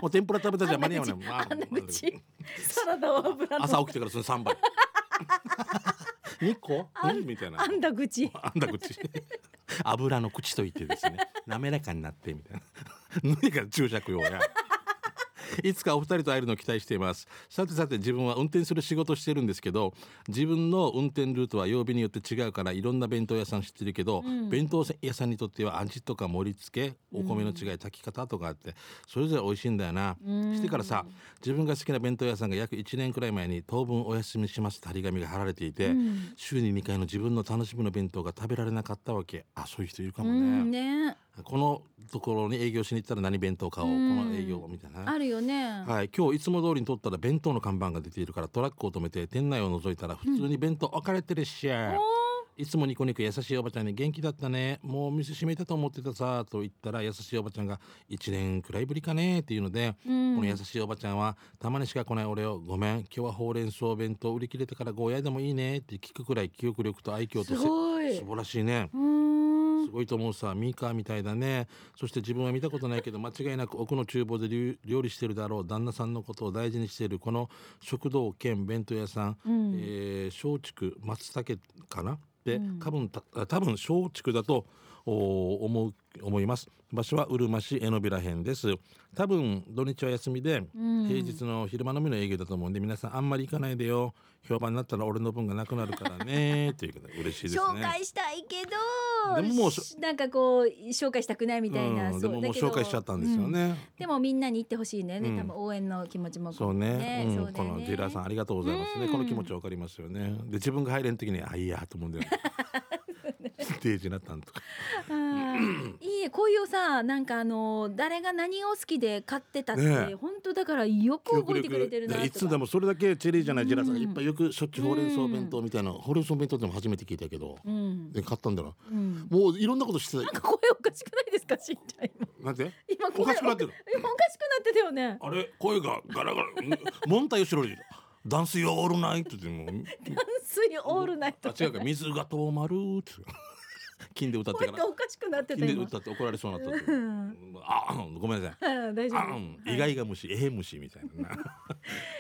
Speaker 2: もう天ぷら食べたじゃ間に合わないまあ
Speaker 1: あんな口サラダは油の
Speaker 2: 朝起きてからその3杯 日光うんみたいな
Speaker 1: あんだ口
Speaker 2: あんだ口 油の口と言ってですね滑らかになってみたいな 何が注釈用やいつかお二人と会えるのを期待していますさてさて自分は運転する仕事をしてるんですけど自分の運転ルートは曜日によって違うからいろんな弁当屋さん知ってるけど、
Speaker 1: うん
Speaker 2: 弁当屋さんにとっては味とか盛り付けお米の違い、炊き方とかあってそれぞれ美味しいんだよな、
Speaker 1: うん
Speaker 2: してからさ自分が好きな弁当屋さんが約1年くらい前に当分お休みしますって張り紙が貼られていて、
Speaker 1: うん
Speaker 2: 週に2回の自分の楽しみの弁当が食べられなかったわけあそういう人いるか
Speaker 1: う
Speaker 2: も
Speaker 1: ん
Speaker 2: ね、
Speaker 1: ね
Speaker 2: このところに営業しに行ったら何弁当買おう、
Speaker 1: うん
Speaker 2: この営業みたいな
Speaker 1: あるよね
Speaker 2: はい、今日いつも通りに取ったら弁当の看板が出ているからトラックを止めて店内を覗いたら普通に弁当置かれてるっしゃ、いつもニコニコ優しいおばちゃんに元気だったねもう店閉めたと思ってたさと言ったら優しいおばちゃんが1年くらいぶりかねっていうので、
Speaker 1: うん
Speaker 2: この優しいおばちゃんはたまにしか来ない俺をごめん今日はほうれん草弁当売り切れたからゴーヤでもいいねって聞くくらい記憶力と愛嬌
Speaker 1: す
Speaker 2: と
Speaker 1: ごい
Speaker 2: 素晴らしいね
Speaker 1: うーん
Speaker 2: すごいと思うさミカみたいだねそして自分は見たことないけど間違いなく奥の厨房で料料理してるだろう旦那さんのことを大事にしているこの食堂兼弁当屋さん、
Speaker 1: うん
Speaker 2: えー松竹松茸かなで、
Speaker 1: うん
Speaker 2: 多分た多分松竹だとおー思う思います場所はうるま市江ノビら辺です多分土日は休みで、
Speaker 1: うん
Speaker 2: 平日の昼間のみの営業だと思うんで皆さんあんまり行かないでよ評判になったら俺の分がなくなるからね ということで嬉しいですね
Speaker 1: 紹介したいけど
Speaker 2: でももう
Speaker 1: しなんかこう紹介したくないみたいな、
Speaker 2: うん、
Speaker 1: そ
Speaker 2: で
Speaker 1: う
Speaker 2: ももう
Speaker 1: だけど
Speaker 2: 紹介しちゃったんですよね、
Speaker 1: でもみんなに行ってほしいね、
Speaker 2: うん
Speaker 1: 多分応援の気持ちも
Speaker 2: そうね,、うん、
Speaker 1: そうだよね
Speaker 2: このジェラーさんありがとうございますね、
Speaker 1: うん
Speaker 2: この気持ちわかりますよねで自分が入れん時にあいいやと思うんだよねステージになったんとか
Speaker 1: うんいいえこういうさなんかあの誰が何を好きで買ってたって、
Speaker 2: ねえ
Speaker 1: 本当だからよく覚えてくれてるなとか
Speaker 2: いつでもそれだけチェリーじゃないジェラさ
Speaker 1: うんん
Speaker 2: いっぱいよく食器ほうれん草弁当みたいなほうれん草弁当でも初めて聞いたけど
Speaker 1: うん、
Speaker 2: え買ったんだな
Speaker 1: うん、
Speaker 2: もういろんなことしてたよ
Speaker 1: なんか声おかしくないですかしんちゃん今
Speaker 2: なんて
Speaker 1: 今声
Speaker 2: おかしくなってる
Speaker 1: 今おかしくなってたよね
Speaker 2: あれ声がガラガラんモンタヨシロリダンスよオールナイトってもう
Speaker 1: 淡水にオールナイト
Speaker 2: あ違うか水が止まるって金で歌って
Speaker 1: 声
Speaker 2: から
Speaker 1: がおかしくなってた
Speaker 2: 金で
Speaker 1: 今
Speaker 2: 歌って怒られそうになったって
Speaker 1: うん
Speaker 2: ああんごめんなさい
Speaker 1: はい大丈
Speaker 2: あ
Speaker 1: 夫
Speaker 2: ん
Speaker 1: はい
Speaker 2: 意外が虫ええ虫みたい な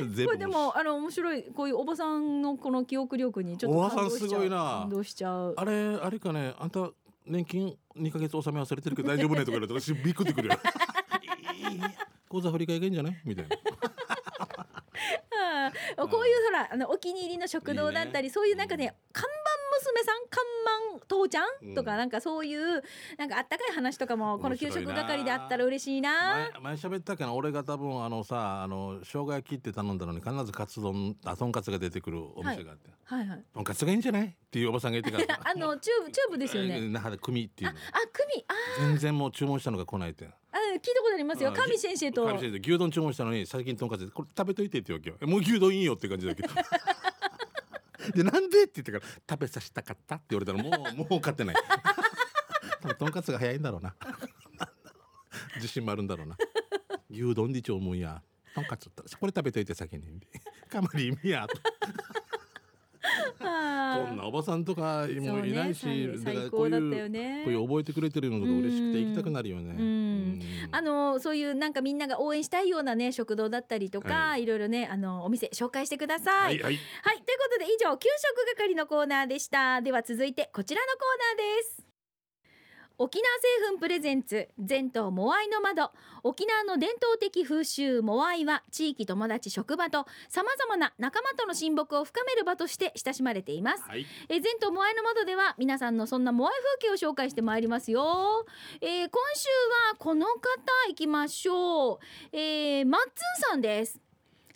Speaker 2: 全
Speaker 1: こ
Speaker 2: 部
Speaker 1: れでもあの面白いこういうおばさんのこの記憶力にちょっと
Speaker 2: おばさ
Speaker 1: 感
Speaker 2: ん
Speaker 1: 動しちゃう
Speaker 2: すごいな
Speaker 1: 感動しちゃう
Speaker 2: あれあれかねあんた年金二ヶ月納めはされてるけど大丈夫ねとか言われたら私びっくりくる よいい口座振り替えがいいんじゃないみたいな
Speaker 1: うんこういうほらあのお気に入りの食堂だったり
Speaker 2: いいね
Speaker 1: そういうなんかね看板娘さん看板父ちゃ
Speaker 2: うん
Speaker 1: んとかなんかそういうなんかあったかい話とかもこの
Speaker 2: 面白
Speaker 1: 給
Speaker 2: いな
Speaker 1: 食係であったら嬉しいな
Speaker 2: 前前喋ったっけな俺が多分あのさあの生姜焼きって頼んだのに必ずカツ丼あとんかつが出てくるお店があって、
Speaker 1: はいはい
Speaker 2: とんかつがいいんじゃないっていうおばさんが言ってから
Speaker 1: あのチュー ブチューブですよね
Speaker 2: 那覇で組ってい
Speaker 1: あ
Speaker 2: う
Speaker 1: あ
Speaker 2: の
Speaker 1: 組あ
Speaker 2: 全然もう注文したのが来ないって
Speaker 1: あ聞いたことありますよ
Speaker 2: うん
Speaker 1: 神先生と
Speaker 2: 彼氏で牛丼注文したのに最近とんかつこれ食べといてって言うわけよえもう牛丼いいよって感じだけどでなんでって言ってから食べさせたかったって言われたらもうもう勝てない多分とんかつが早いんだろうな自信もあるんだろうな牛丼で一応思うやとんかつだったらこれ食べといて先にかまり意味やとこん
Speaker 1: あ
Speaker 2: なおばさんとか
Speaker 1: ー
Speaker 2: もいない
Speaker 1: そう
Speaker 2: し
Speaker 1: ね
Speaker 2: だ
Speaker 1: 最
Speaker 2: から
Speaker 1: 最
Speaker 2: こ
Speaker 1: 高
Speaker 2: う
Speaker 1: だった
Speaker 2: い
Speaker 1: よ
Speaker 2: う
Speaker 1: ね
Speaker 2: こういう覚えてくれてるのが嬉しくて行きたくなるよね
Speaker 1: うんあのそういうなんかみんなが応援したいようなね食堂だったりとか、、
Speaker 2: はい
Speaker 1: ろいろねあのお店紹介してくださ
Speaker 2: はいい。はい
Speaker 1: はい、ということで以上給食係のコーナーでした。では続いてこちらのコーナーです。沖縄製粉プレゼンツ全島モアイの窓沖縄の伝統的風習モアイは地域友達職場とさまざまな仲間との親睦を深める場として親しまれています
Speaker 2: はい
Speaker 1: えー前頭モアイの窓では皆さんのそんなモアイ風景を紹介してまいりますよ、えー今週はこの方行きましょうえー、マッツンさんです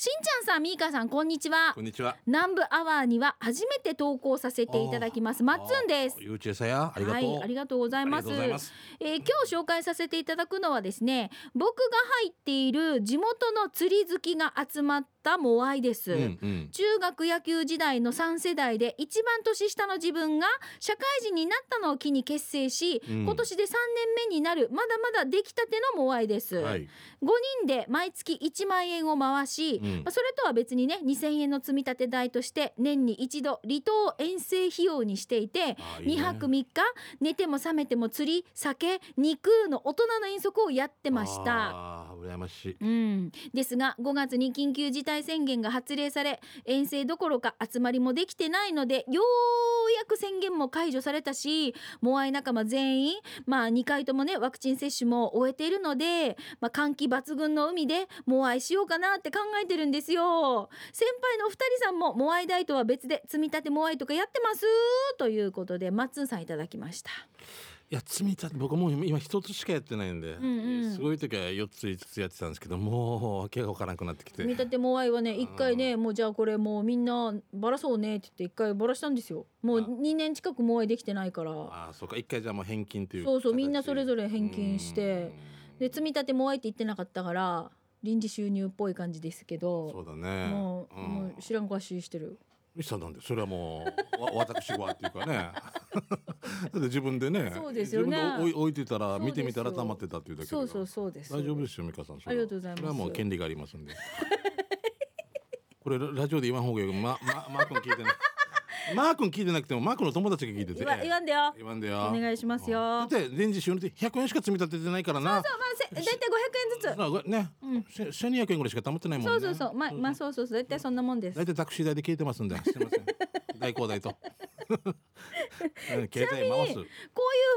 Speaker 1: しんちゃんさんみーかさんこんにちは
Speaker 2: こんにちは
Speaker 1: 南部アワーには初めて投稿させていただきますマッツンです
Speaker 2: ゆうちえさや、ありがとう。
Speaker 1: はい、ありがとうございます
Speaker 2: ありがとうございます
Speaker 1: えー今日紹介させていただくのはですね僕が入っている地元の釣り好きが集まったモアイです、
Speaker 2: うんうん。
Speaker 1: 中学野球時代の3世代で一番年下の自分が社会人になったのを機に結成し、
Speaker 2: うん
Speaker 1: 今年で3年目になるまだまだ出来たてのモアイです、
Speaker 2: はい。
Speaker 1: 5人で毎月1万円を回し、
Speaker 2: うん
Speaker 1: まあそれとは別にね2,000円の積み立て代として年に一度離島遠征費用にしていて
Speaker 2: あいいね
Speaker 1: 2泊3日寝ても覚めても釣り酒肉の大人の遠足をやってました。
Speaker 2: あー羨ましい。
Speaker 1: うん、ですが5月に緊急事態宣言が発令され遠征どころか集まりもできてないのでようやく宣言も解除されたしモアイ仲間全員、まあ、2回ともねワクチン接種も終えているので、まあ、換気抜群の海でモアイしようかなって考えてるんですよ先輩のお二人さんもモアイ代とは別で積み立てモアイとかやってますということでマッツンさんいただきました。
Speaker 2: いや、積み立て、僕もう今一つしかやってないんで、
Speaker 1: んうん
Speaker 2: すごい時は四つ五つやってたんですけど、もう訳がわからなくなってきて。
Speaker 1: 見立てモアイはね一回ねもうじゃあこれもうみんなバラそうねって言って一回バラしたんですよもう
Speaker 2: あ
Speaker 1: 2年近くモアイできてないから
Speaker 2: ああ、そうか、一回じゃあもう返金という。
Speaker 1: そうそうみんなそれぞれ返金して
Speaker 2: う
Speaker 1: で
Speaker 2: ん。
Speaker 1: 積み立てモアイって言ってなかったから臨時収入っぽい感じですけ
Speaker 2: そ
Speaker 1: ど
Speaker 2: うだね。
Speaker 1: もう,、
Speaker 2: ん
Speaker 1: もう知らんかししてる
Speaker 2: ミスさんなんで、それはもう、わ、私はっていう かね。だって自分でね。
Speaker 1: そうですよね
Speaker 2: 自分で置い置いてた
Speaker 1: そ
Speaker 2: ら、
Speaker 1: うで
Speaker 2: 見
Speaker 1: すよ
Speaker 2: てみたら、溜まってたっていうだけだか
Speaker 1: そ
Speaker 2: ら。
Speaker 1: うそうそうです
Speaker 2: 大丈夫ですよ、美香さん。それは
Speaker 1: ありがとうございます
Speaker 2: それはもう権利がありますんで。これララジオで言わん方がいいよ。ま、ま、マー君聞 いてない。マー君聞いてなくても、マー君の友達が聞いてて。
Speaker 1: 言わ言わんでよ
Speaker 2: 言わんだよ。
Speaker 1: お願いしますよ
Speaker 2: うんだって、電池収納って100円しか積み立ててないから
Speaker 1: そ
Speaker 2: な。
Speaker 1: うまあせ大体500円ずつ
Speaker 2: まあこれね、
Speaker 1: うん
Speaker 2: せ1200円ぐらいしか貯まってないもんね。
Speaker 1: そうそうそうまあまあそうそうそう大体そんなもんです
Speaker 2: 大体タクシー代で消え てますんで、すみません。代行代と。うん携帯回す。
Speaker 1: こういう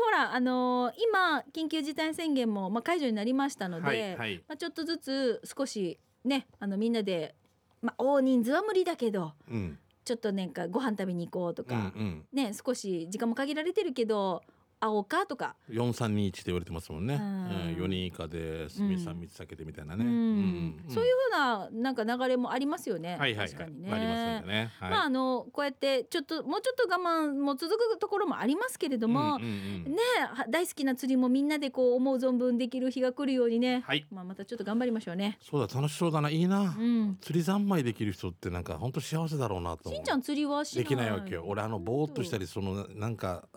Speaker 1: ほらあのー今緊急事態宣言もまあ解除になりましたので、
Speaker 2: はいはい
Speaker 1: まあちょっとずつ少しねあのみんなでまあ大人数は無理だけど
Speaker 2: うん。
Speaker 1: ちょっとなんかご飯食べに行こうと
Speaker 2: うんう
Speaker 1: か、
Speaker 2: ん。
Speaker 1: ね少し時間も限られてるけど青かとか、
Speaker 2: 四三二一って言われてますもんね。
Speaker 1: うん
Speaker 2: えー四、人以下で、すみさん、三つ避けてみたいなね。
Speaker 1: うん
Speaker 2: ん
Speaker 1: そういうふうななんか流れもありますよね。
Speaker 2: はいはい
Speaker 1: 確か
Speaker 2: はい、
Speaker 1: にね。
Speaker 2: ありますんでね。はい、
Speaker 1: まああのこうやってちょっともうちょっと我慢も続くところもありますけれども、
Speaker 2: うんうんうん
Speaker 1: ねは大好きな釣りもみんなでこう思う存分できる日が来るようにね、
Speaker 2: はい、
Speaker 1: まあまたちょっと頑張りましょうね。
Speaker 2: そうだ、楽しそうだな、いいな。
Speaker 1: うん。
Speaker 2: 釣り三昧できる人って、なんか本当幸せだろうなと思
Speaker 1: し
Speaker 2: う。
Speaker 1: んちゃん釣りはしない
Speaker 2: できないわけよ。俺、あのぼーっとしたり、その、なんか。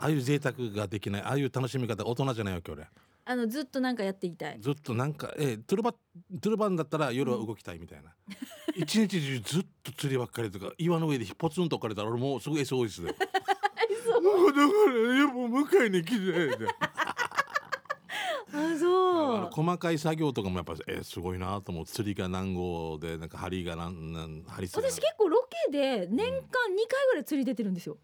Speaker 2: ああいう贅沢ができない、ああいう楽しみ方、大人じゃないわけ、俺。
Speaker 1: あのずっとなんかやっていたい。
Speaker 2: ずっとなんか、えー、トゥルバ、トゥルバンだったら夜は動きたいみた いな。一日中ずっと釣りばっかりとか、岩の上でポツンと置かれたら、俺もうすぐ SOS で。もうだから、いやもう迎えに来てって。
Speaker 1: あ
Speaker 2: あ
Speaker 1: そ
Speaker 2: の
Speaker 1: う。
Speaker 2: 細かい作業とかもやっぱ、えー、すごいなと思う。釣りが何号で、なんか針が何、なん、針するな
Speaker 1: 私結構ロケで年間2回ぐらい釣り出てるんですよ。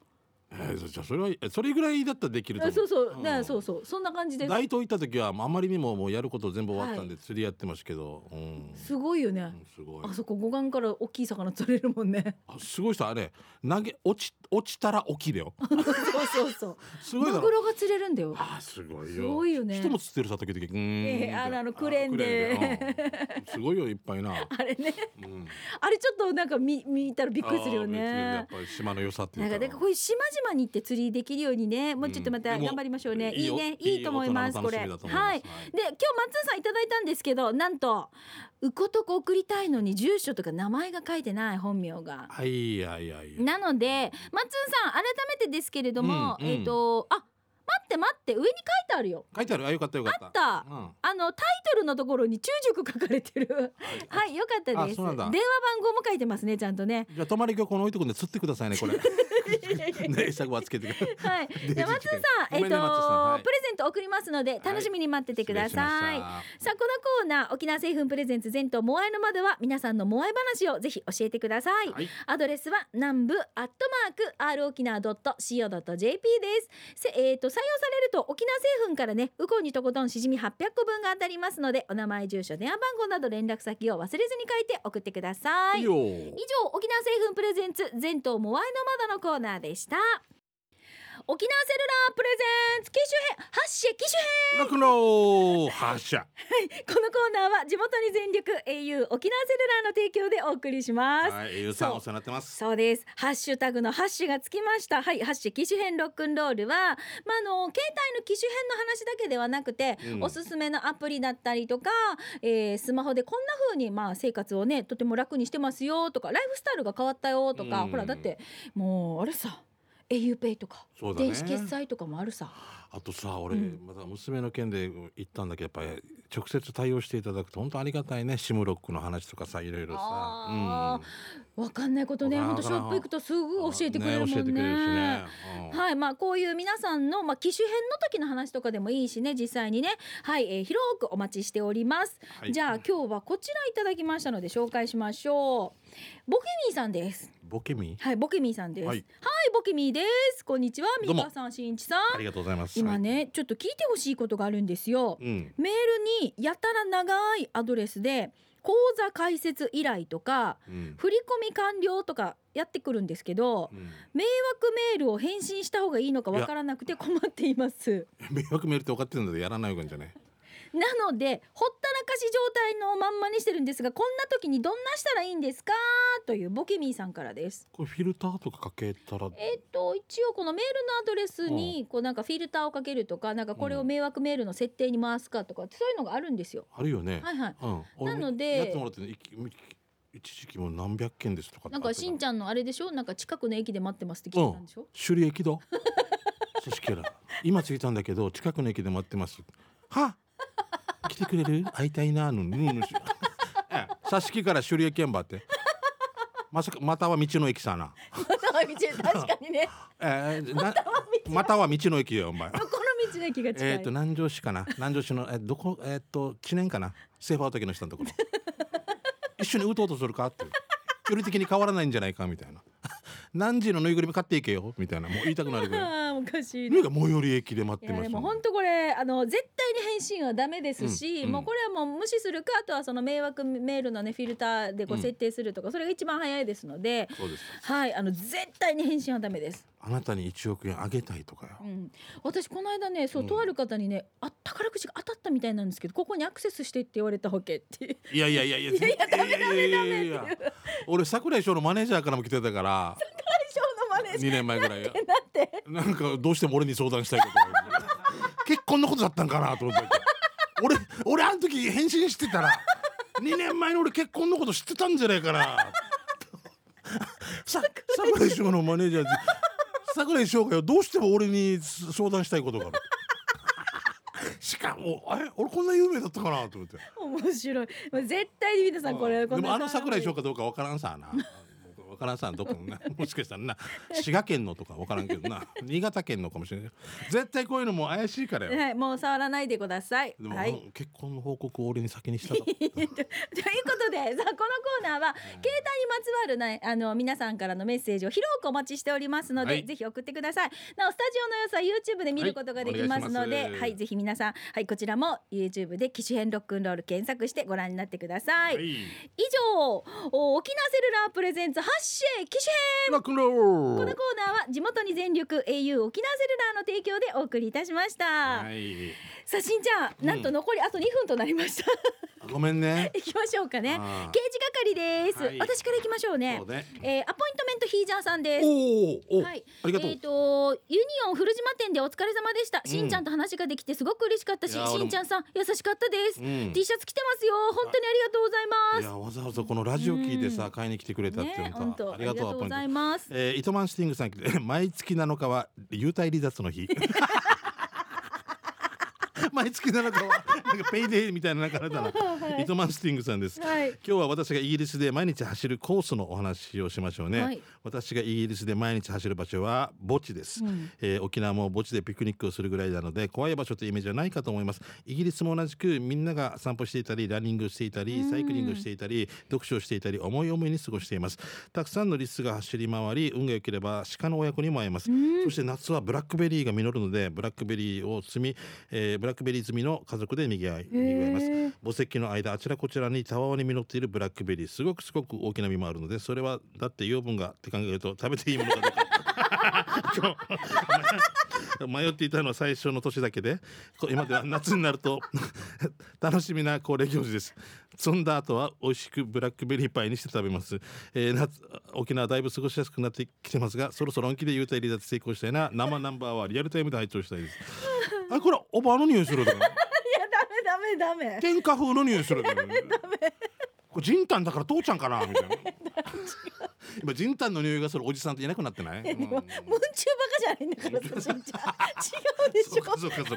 Speaker 2: えーそじゃあそれは、えそれぐらいだったらできると
Speaker 1: あ
Speaker 2: 思う。
Speaker 1: そうそう、ね
Speaker 2: ん
Speaker 1: そうそうそんな感じで
Speaker 2: 大東行った時は、もうあまりにももうやること全部終わったんで、釣りやってましたけど。うん。
Speaker 1: すごいよ
Speaker 2: う
Speaker 1: ね。
Speaker 2: んすごい
Speaker 1: あ。そこ護岸から大きい魚釣れるもん ね。
Speaker 2: あすごい人、あれ、投げ、落ち、落ちたら起きるよ。
Speaker 1: そうそうそう。
Speaker 2: すごいだ
Speaker 1: マ
Speaker 2: ろ
Speaker 1: グ。ロが釣れるんだよ。
Speaker 2: あーすごい
Speaker 1: す
Speaker 2: よ。
Speaker 1: ごいよね
Speaker 2: 人も釣ってるさ時々。うーん
Speaker 1: ええあのあのクレーンで
Speaker 2: あクレー ンでうんすごいよいっぱいな。
Speaker 1: あれね、
Speaker 2: うん
Speaker 1: あれちょっとなんか見見たらびっくりするよ
Speaker 2: あーやっ
Speaker 1: ね。
Speaker 2: ぱり島の良さってい
Speaker 1: な
Speaker 2: うんか。
Speaker 1: かだからこういう島々に行って釣りできるようにね、もうちょっとまた
Speaker 2: うんでも
Speaker 1: 頑張りましょうね。
Speaker 2: いい
Speaker 1: いい
Speaker 2: よ
Speaker 1: ね、
Speaker 2: いい
Speaker 1: いいと思います
Speaker 2: 大
Speaker 1: こ
Speaker 2: 人の楽
Speaker 1: れ。
Speaker 2: し
Speaker 1: は
Speaker 2: み
Speaker 1: い。で
Speaker 2: だ
Speaker 1: 今
Speaker 2: と
Speaker 1: 日
Speaker 2: 思いま
Speaker 1: 松
Speaker 2: す
Speaker 1: 尾さんいただいたんですけど、なんとうことこ送りたいのに住所とか名前が書いてない本名が。
Speaker 2: はいはいはい。
Speaker 1: なので松尾さん改めてですけれども、
Speaker 2: うんうん
Speaker 1: えっ、とあ待って待って上に書いてあるよ。
Speaker 2: 書いてあるあよかったよかった。
Speaker 1: あった
Speaker 2: うん。
Speaker 1: あのタイトルのところに中熟書かれてる。 はい、よかったです。
Speaker 2: あ
Speaker 1: 電
Speaker 2: そうな
Speaker 1: 話
Speaker 2: ん
Speaker 1: 番
Speaker 2: だ
Speaker 1: 号も書いてますね、ちゃんとね。
Speaker 2: じゃあ泊まり今日この置いとくんで釣ってくださいね これ。ね 餌はつけて。
Speaker 1: はい、じゃあ松田さん、
Speaker 2: ご
Speaker 1: えっ
Speaker 2: めんね
Speaker 1: と、
Speaker 2: 松田さんはい
Speaker 1: プレゼント送りますので、楽しみに待っててください。さあこのコーナー沖縄製粉プレゼンツ全島モアイの窓は皆さんのモアイ話をぜひ教えてください、
Speaker 2: はい
Speaker 1: アドレスは南部アットマーク r 沖縄 .co.jp ですせえー、と採用されると沖縄製粉からねウコンにとことんしじみ800個分が当たりますのでお名前住所電話番号など連絡先を忘れずに書いて送ってくださ
Speaker 2: い
Speaker 1: い
Speaker 2: いよ。
Speaker 1: 以上沖縄製粉プレゼンツ全島モアイの窓のコーナーでした沖縄セルラープレゼンツ機種編発射機種編
Speaker 2: ロックンロール発射。
Speaker 1: このコーナーは地元に全力 au 沖縄セルラーの提供でお送りします、
Speaker 2: はい。ゆうさん
Speaker 1: そう
Speaker 2: お世話になってます。
Speaker 1: そうですハッシュタグのハッシュがつきましたはいハッシュ機種編ロックンロールはまああの携帯の機種編の話だけではなくて、
Speaker 2: うん
Speaker 1: おすすめのアプリだったりとか、えースマホでこんな風にまあ生活をねとても楽にしてますよとかライフスタイルが変わったよとか、
Speaker 2: うん
Speaker 1: ほらだってもうあれさ auPay とか、
Speaker 2: そうだね
Speaker 1: 電子決済とかもあるさ
Speaker 2: あとさ俺、
Speaker 1: うん
Speaker 2: また娘の件で言ったんだけどやっぱり直接対応していただくと本当ありがたいねシムロックの話とかさいろいろ
Speaker 1: あ
Speaker 2: さ、
Speaker 1: わかんないことね
Speaker 2: わ
Speaker 1: ほ
Speaker 2: か
Speaker 1: ん
Speaker 2: らん
Speaker 1: とショップ行くとすぐ
Speaker 2: うん
Speaker 1: 教えてくれるもんね
Speaker 2: 教えてくれるしね、うん
Speaker 1: はいまあこういう皆さんのまあ機種編の時の話とかでもいいしね実際にねはい、えー広くお待ちしております、
Speaker 2: はい
Speaker 1: じゃあ今日はこちらいただきましたので紹介しましょうボケミーさんです
Speaker 2: ボケミ
Speaker 1: はいボケミーさんですは、
Speaker 2: はいい
Speaker 1: ボケミーですこんにちは
Speaker 2: ど
Speaker 1: ミ
Speaker 2: うも
Speaker 1: カさんしんいちさん
Speaker 2: ありがとうございます
Speaker 1: 今、ねちょっと聞いてほしいことがあるんですよ
Speaker 2: はいうん、
Speaker 1: メールにやたら長いアドレスで口座開設依頼とか
Speaker 2: うん
Speaker 1: 振り込み完了とかやってくるんですけど
Speaker 2: うん
Speaker 1: 迷惑メールを返信した方がいいのかわからなくて困っています
Speaker 2: 迷惑メールって分かってるんだけどやらない方がいいんじゃない
Speaker 1: なのでほったらかし状態のまんまにしてるんですがこんな時にどんなしたらいいんですかというボケミーさんからです
Speaker 2: これフィルターとかかけたら
Speaker 1: えっと一応このメールのアドレスにこうなんかフィルターをかけるとかなんかこれを迷惑メールの設定に回すかとかってそういうのがあるんですよ
Speaker 2: あるよね、
Speaker 1: はいはい
Speaker 2: うん、俺も
Speaker 1: なので
Speaker 2: やってもらってねいきみ一時期もう何百件ですとかって
Speaker 1: なんかしんちゃんのあれでしょなんか近くの駅で待ってますって聞いたんでし ょ
Speaker 2: 首里駅だそしてら今着いたんだけど近くの駅で待ってますは来てくれる会いたいなのぬぬしええ挿し木から首里駅やんばってまさかまたは道の駅さな、
Speaker 1: 確かにね
Speaker 2: ええなまたは道の駅よお前
Speaker 1: この道の駅が近い、
Speaker 2: えっと南城市かな南城市のえどこえっ、と知念かなセーファー竹の下のところ一緒に打とうとするかって距離的に変わらないんじゃないかみたいな何時のぬいぐるみ買っていけよみたいなもう言いたくなるぐらい
Speaker 1: あーおかしいな
Speaker 2: ルーが最寄り駅で待っ
Speaker 1: い
Speaker 2: て
Speaker 1: や
Speaker 2: ま
Speaker 1: ですも本当これあの絶対に返信はダメですし、
Speaker 2: うんうん
Speaker 1: もうこれはもう無視するかあとはその迷惑メールのねフィルターでこう
Speaker 2: うん
Speaker 1: 設定するとか、それが一番早いですので、
Speaker 2: そうです
Speaker 1: はいあの絶対に返信はダメです。
Speaker 2: あなたに1億円あげたいとかよ、
Speaker 1: うん、私この間ねそう、
Speaker 2: うん
Speaker 1: とある方にねあ宝くじが当たったみたいなんですけどここにアクセスしてって言われたわけっていう
Speaker 2: いやいやいやいやいやいやいやいやいや俺桜井翔のマネージャーからも来てたから
Speaker 1: 大将のマネージ
Speaker 2: 2年前ぐらい
Speaker 1: ャーなんて
Speaker 2: なんかどうしても俺に相談したいことがある結婚のことだったんかなと思って俺俺あの時返信してたら2年前の俺結婚のこと知ってたんじゃないかなさ桜井翔のマネージャーで桜井翔がよどうしても俺に相談したいことがあるしかもあれ俺こんな有名だったかなと思って
Speaker 1: 面白いもう絶対に皆さんこ
Speaker 2: う
Speaker 1: れ
Speaker 2: ん
Speaker 1: こ
Speaker 2: でもあの
Speaker 1: さん
Speaker 2: 桜井翔かどうかわからんさなわからんさどこのなもしかしたらな滋賀県のとかわからんけど な新潟県のかもしれない絶対こういうのも怪しいからよ
Speaker 1: はい、もう触らないでください。
Speaker 2: でも、
Speaker 1: はい。というこ
Speaker 2: 結婚の報告を俺に先にしたと
Speaker 1: とで、さあこのコーナーは携帯にまつわるね、あの皆さんからのメッセージを広くお待ちしておりますので、
Speaker 2: はい
Speaker 1: ぜひ送ってください。なおスタジオの様子は YouTube で見ることができますので、
Speaker 2: はいお
Speaker 1: は
Speaker 2: 願いしま
Speaker 1: い、
Speaker 2: す
Speaker 1: ぜひ皆さん、はいこちらも YouTube で機種編ロックンロール検索してご覧になってください。
Speaker 2: い
Speaker 1: 以上、お沖縄セルラープレゼンツ発信機種編
Speaker 2: ロックンロー
Speaker 1: この
Speaker 2: ル
Speaker 1: コーナーは地元に全力 au 沖縄セルラーの提供でお送りいたしました。
Speaker 2: はい
Speaker 1: さあしんちゃん、なんと残りあと2分となりました。
Speaker 2: ごめんね
Speaker 1: 行きましょうかね。
Speaker 2: あ
Speaker 1: 刑事係です、
Speaker 2: はい
Speaker 1: 私から行きましょう
Speaker 2: ー
Speaker 1: ね
Speaker 2: そう。ね
Speaker 1: えーアポイントメントヒージャーさんです。
Speaker 2: おーおー
Speaker 1: はい
Speaker 2: ありがとう
Speaker 1: えっ、とユニオン古島店でお疲れ様でした。しんちゃんと話ができてすごく嬉しかったし、
Speaker 2: いやー
Speaker 1: しんちゃんさん優しかったです。
Speaker 2: うん
Speaker 1: T シャツ着てますよ。本当にありがとうございま
Speaker 2: い
Speaker 1: す。
Speaker 2: やわざわざこのラジオ聞いてさ買いに来てくれたって
Speaker 1: ね
Speaker 2: 本、当
Speaker 1: 本当ありがとうございます。
Speaker 2: えー、糸満スティングさん 毎月7日は幽体離脱の日 毎月7日はなんかペイデーみたいななんかあれだな
Speaker 1: はい
Speaker 2: 糸満スティングさんです
Speaker 1: はい。
Speaker 2: 今日は私がイギリスで毎日走るコースのお話をしましょうね、
Speaker 1: はい
Speaker 2: 私がイギリスで毎日走る場所は墓地です、
Speaker 1: うん
Speaker 2: えー沖縄も墓地でピクニックをするぐらいなので怖い場所というイメージはないかと思いますイギリスも同じくみんなが散歩していたりランニングしていたり
Speaker 1: うん
Speaker 2: サイクリングしていたり読書をしていたり思い思いに過ごしていますたくさんのリスが走り回り運が良ければ鹿の親子にも会えます
Speaker 1: うん
Speaker 2: そして夏はブラックベリーが実るのでブラックベリーを摘み、えーブラックベリー摘みの家族で賑わい賑わいます
Speaker 1: へー
Speaker 2: 墓石の間あちらこちらにたわわに実っているブラックベリーすごくすごく大きな実もあるのでそれはだって養分がって考えると食べていいものかどうか ちょ迷っていたのは最初の年だけでこ今では夏になると楽しみな恒例行事です摘んだ後は美味しくブラックベリーパイにして食べます、えー夏沖縄はだいぶ過ごしやすくなってきてますがそろそろ本気で幽体離脱成功したいな生ナンバーはリアルタイムで拝聴したいですあこれおばあの匂いするだ
Speaker 1: いやダメダメダメ。
Speaker 2: 天下風の匂いす るけどね。これ仁丹だから父ちゃんかなみたいな。今仁丹の匂いがするおじさんっていなくなってな い。
Speaker 1: いやでも、
Speaker 2: う
Speaker 1: 文
Speaker 2: ん
Speaker 1: 中バカじゃないんだからさ、し んちゃん。違うで
Speaker 2: そ
Speaker 1: し
Speaker 2: っか
Speaker 1: ょ。
Speaker 2: そっか そっか。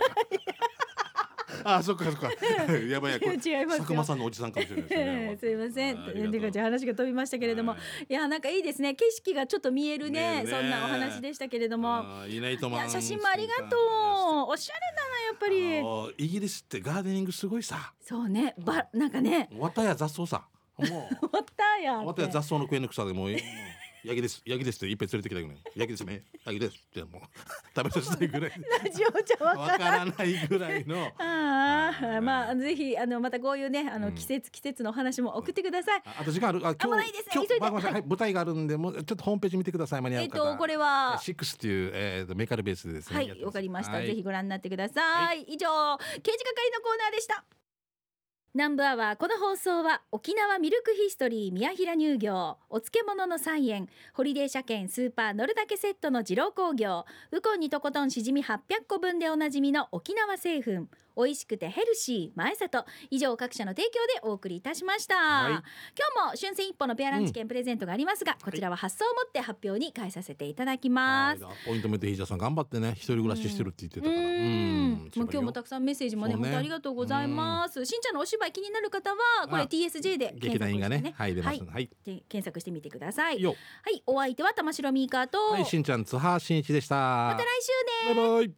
Speaker 2: あそっかそっか。 やばいやばいこれ。
Speaker 1: 違いますよ
Speaker 2: 佐久間さんのおじさんかもしれないです
Speaker 1: え
Speaker 2: ね
Speaker 1: え 。すいません。
Speaker 2: あ
Speaker 1: と
Speaker 2: あ
Speaker 1: いうこと
Speaker 2: りが
Speaker 1: で
Speaker 2: とう
Speaker 1: 話が飛びましたけれども、
Speaker 2: はい
Speaker 1: いやなんかいいですね。景色がちょっと見えるね。
Speaker 2: 見えるね
Speaker 1: そんなお話でしたけれども、
Speaker 2: あーいないと
Speaker 1: い
Speaker 2: ま
Speaker 1: や
Speaker 2: ん
Speaker 1: 写真もありがとう。おしゃれだなやっぱ
Speaker 2: あ
Speaker 1: り。
Speaker 2: のイギリスってガーデニングすごいさ。
Speaker 1: そうね。ばなんかね、
Speaker 2: 綿や雑草さ。もう。
Speaker 1: 終わったやんっ
Speaker 2: ま
Speaker 1: て。
Speaker 2: た 雑草の食えぬ草でもう。ヤギです。ヤギですっていっぱい連れてきたくない。ヤギですね。ヤギです。じゃもう食べさせたいぐらい。
Speaker 1: ラジオじゃわ
Speaker 2: わ
Speaker 1: か
Speaker 2: から
Speaker 1: ん。
Speaker 2: らないぐらいの。
Speaker 1: あ
Speaker 2: は
Speaker 1: あ、
Speaker 2: い
Speaker 1: まあぜひあのまたこういうねあの
Speaker 2: うん
Speaker 1: 季節季節のお話も送ってください。
Speaker 2: ああと時間ある。あ
Speaker 1: 危ないです
Speaker 2: 今
Speaker 1: 急いで
Speaker 2: 日まあごめんなさいはい舞台があるんでもうちょっとホームページ見てください間に合
Speaker 1: え
Speaker 2: う
Speaker 1: っ
Speaker 2: 方。
Speaker 1: とこれ
Speaker 2: え
Speaker 1: は
Speaker 2: ーシックスっていうえーとメーカルベースでですね。
Speaker 1: は
Speaker 2: やって
Speaker 1: い、わかりました。
Speaker 2: はい
Speaker 1: ぜひご覧になってください。以上、刑事係のコーナーでした。南部アワーこの放送は沖縄ミルクヒストリー宮平乳業お漬物の菜園ホリデー車検スーパーのるだけセットの二郎工業ウコンにとことんしじみ800個分でおなじみの沖縄製粉美味しくてヘルシー前里以上各社の提供でお送りいたしました、
Speaker 2: はい
Speaker 1: 今日も春戦一歩のペアランチ券プレゼントがありますが、こちらは発送をもって発表に返させていただきま
Speaker 2: は
Speaker 1: す
Speaker 2: い。ポイントメントヒージャーさん頑張ってね一人暮らししてるって言ってた
Speaker 1: う
Speaker 2: から。
Speaker 1: ん、もう今日もた
Speaker 2: た。
Speaker 1: くさんメッセージもね
Speaker 2: そうね
Speaker 1: 本当ありがとうございます。しんちゃんのお芝居気になる方はこれ
Speaker 2: あ
Speaker 1: TSJ で検索
Speaker 2: 劇団員
Speaker 1: して
Speaker 2: がね
Speaker 1: ね、
Speaker 2: はい出ます。はい。
Speaker 1: で検索してみてください。は
Speaker 2: よ。
Speaker 1: い、お相手は玉城ミーカーと、
Speaker 2: はい
Speaker 1: また来週
Speaker 2: しんちゃん津波しんいちでした。ま
Speaker 1: ね。
Speaker 2: バイバイ。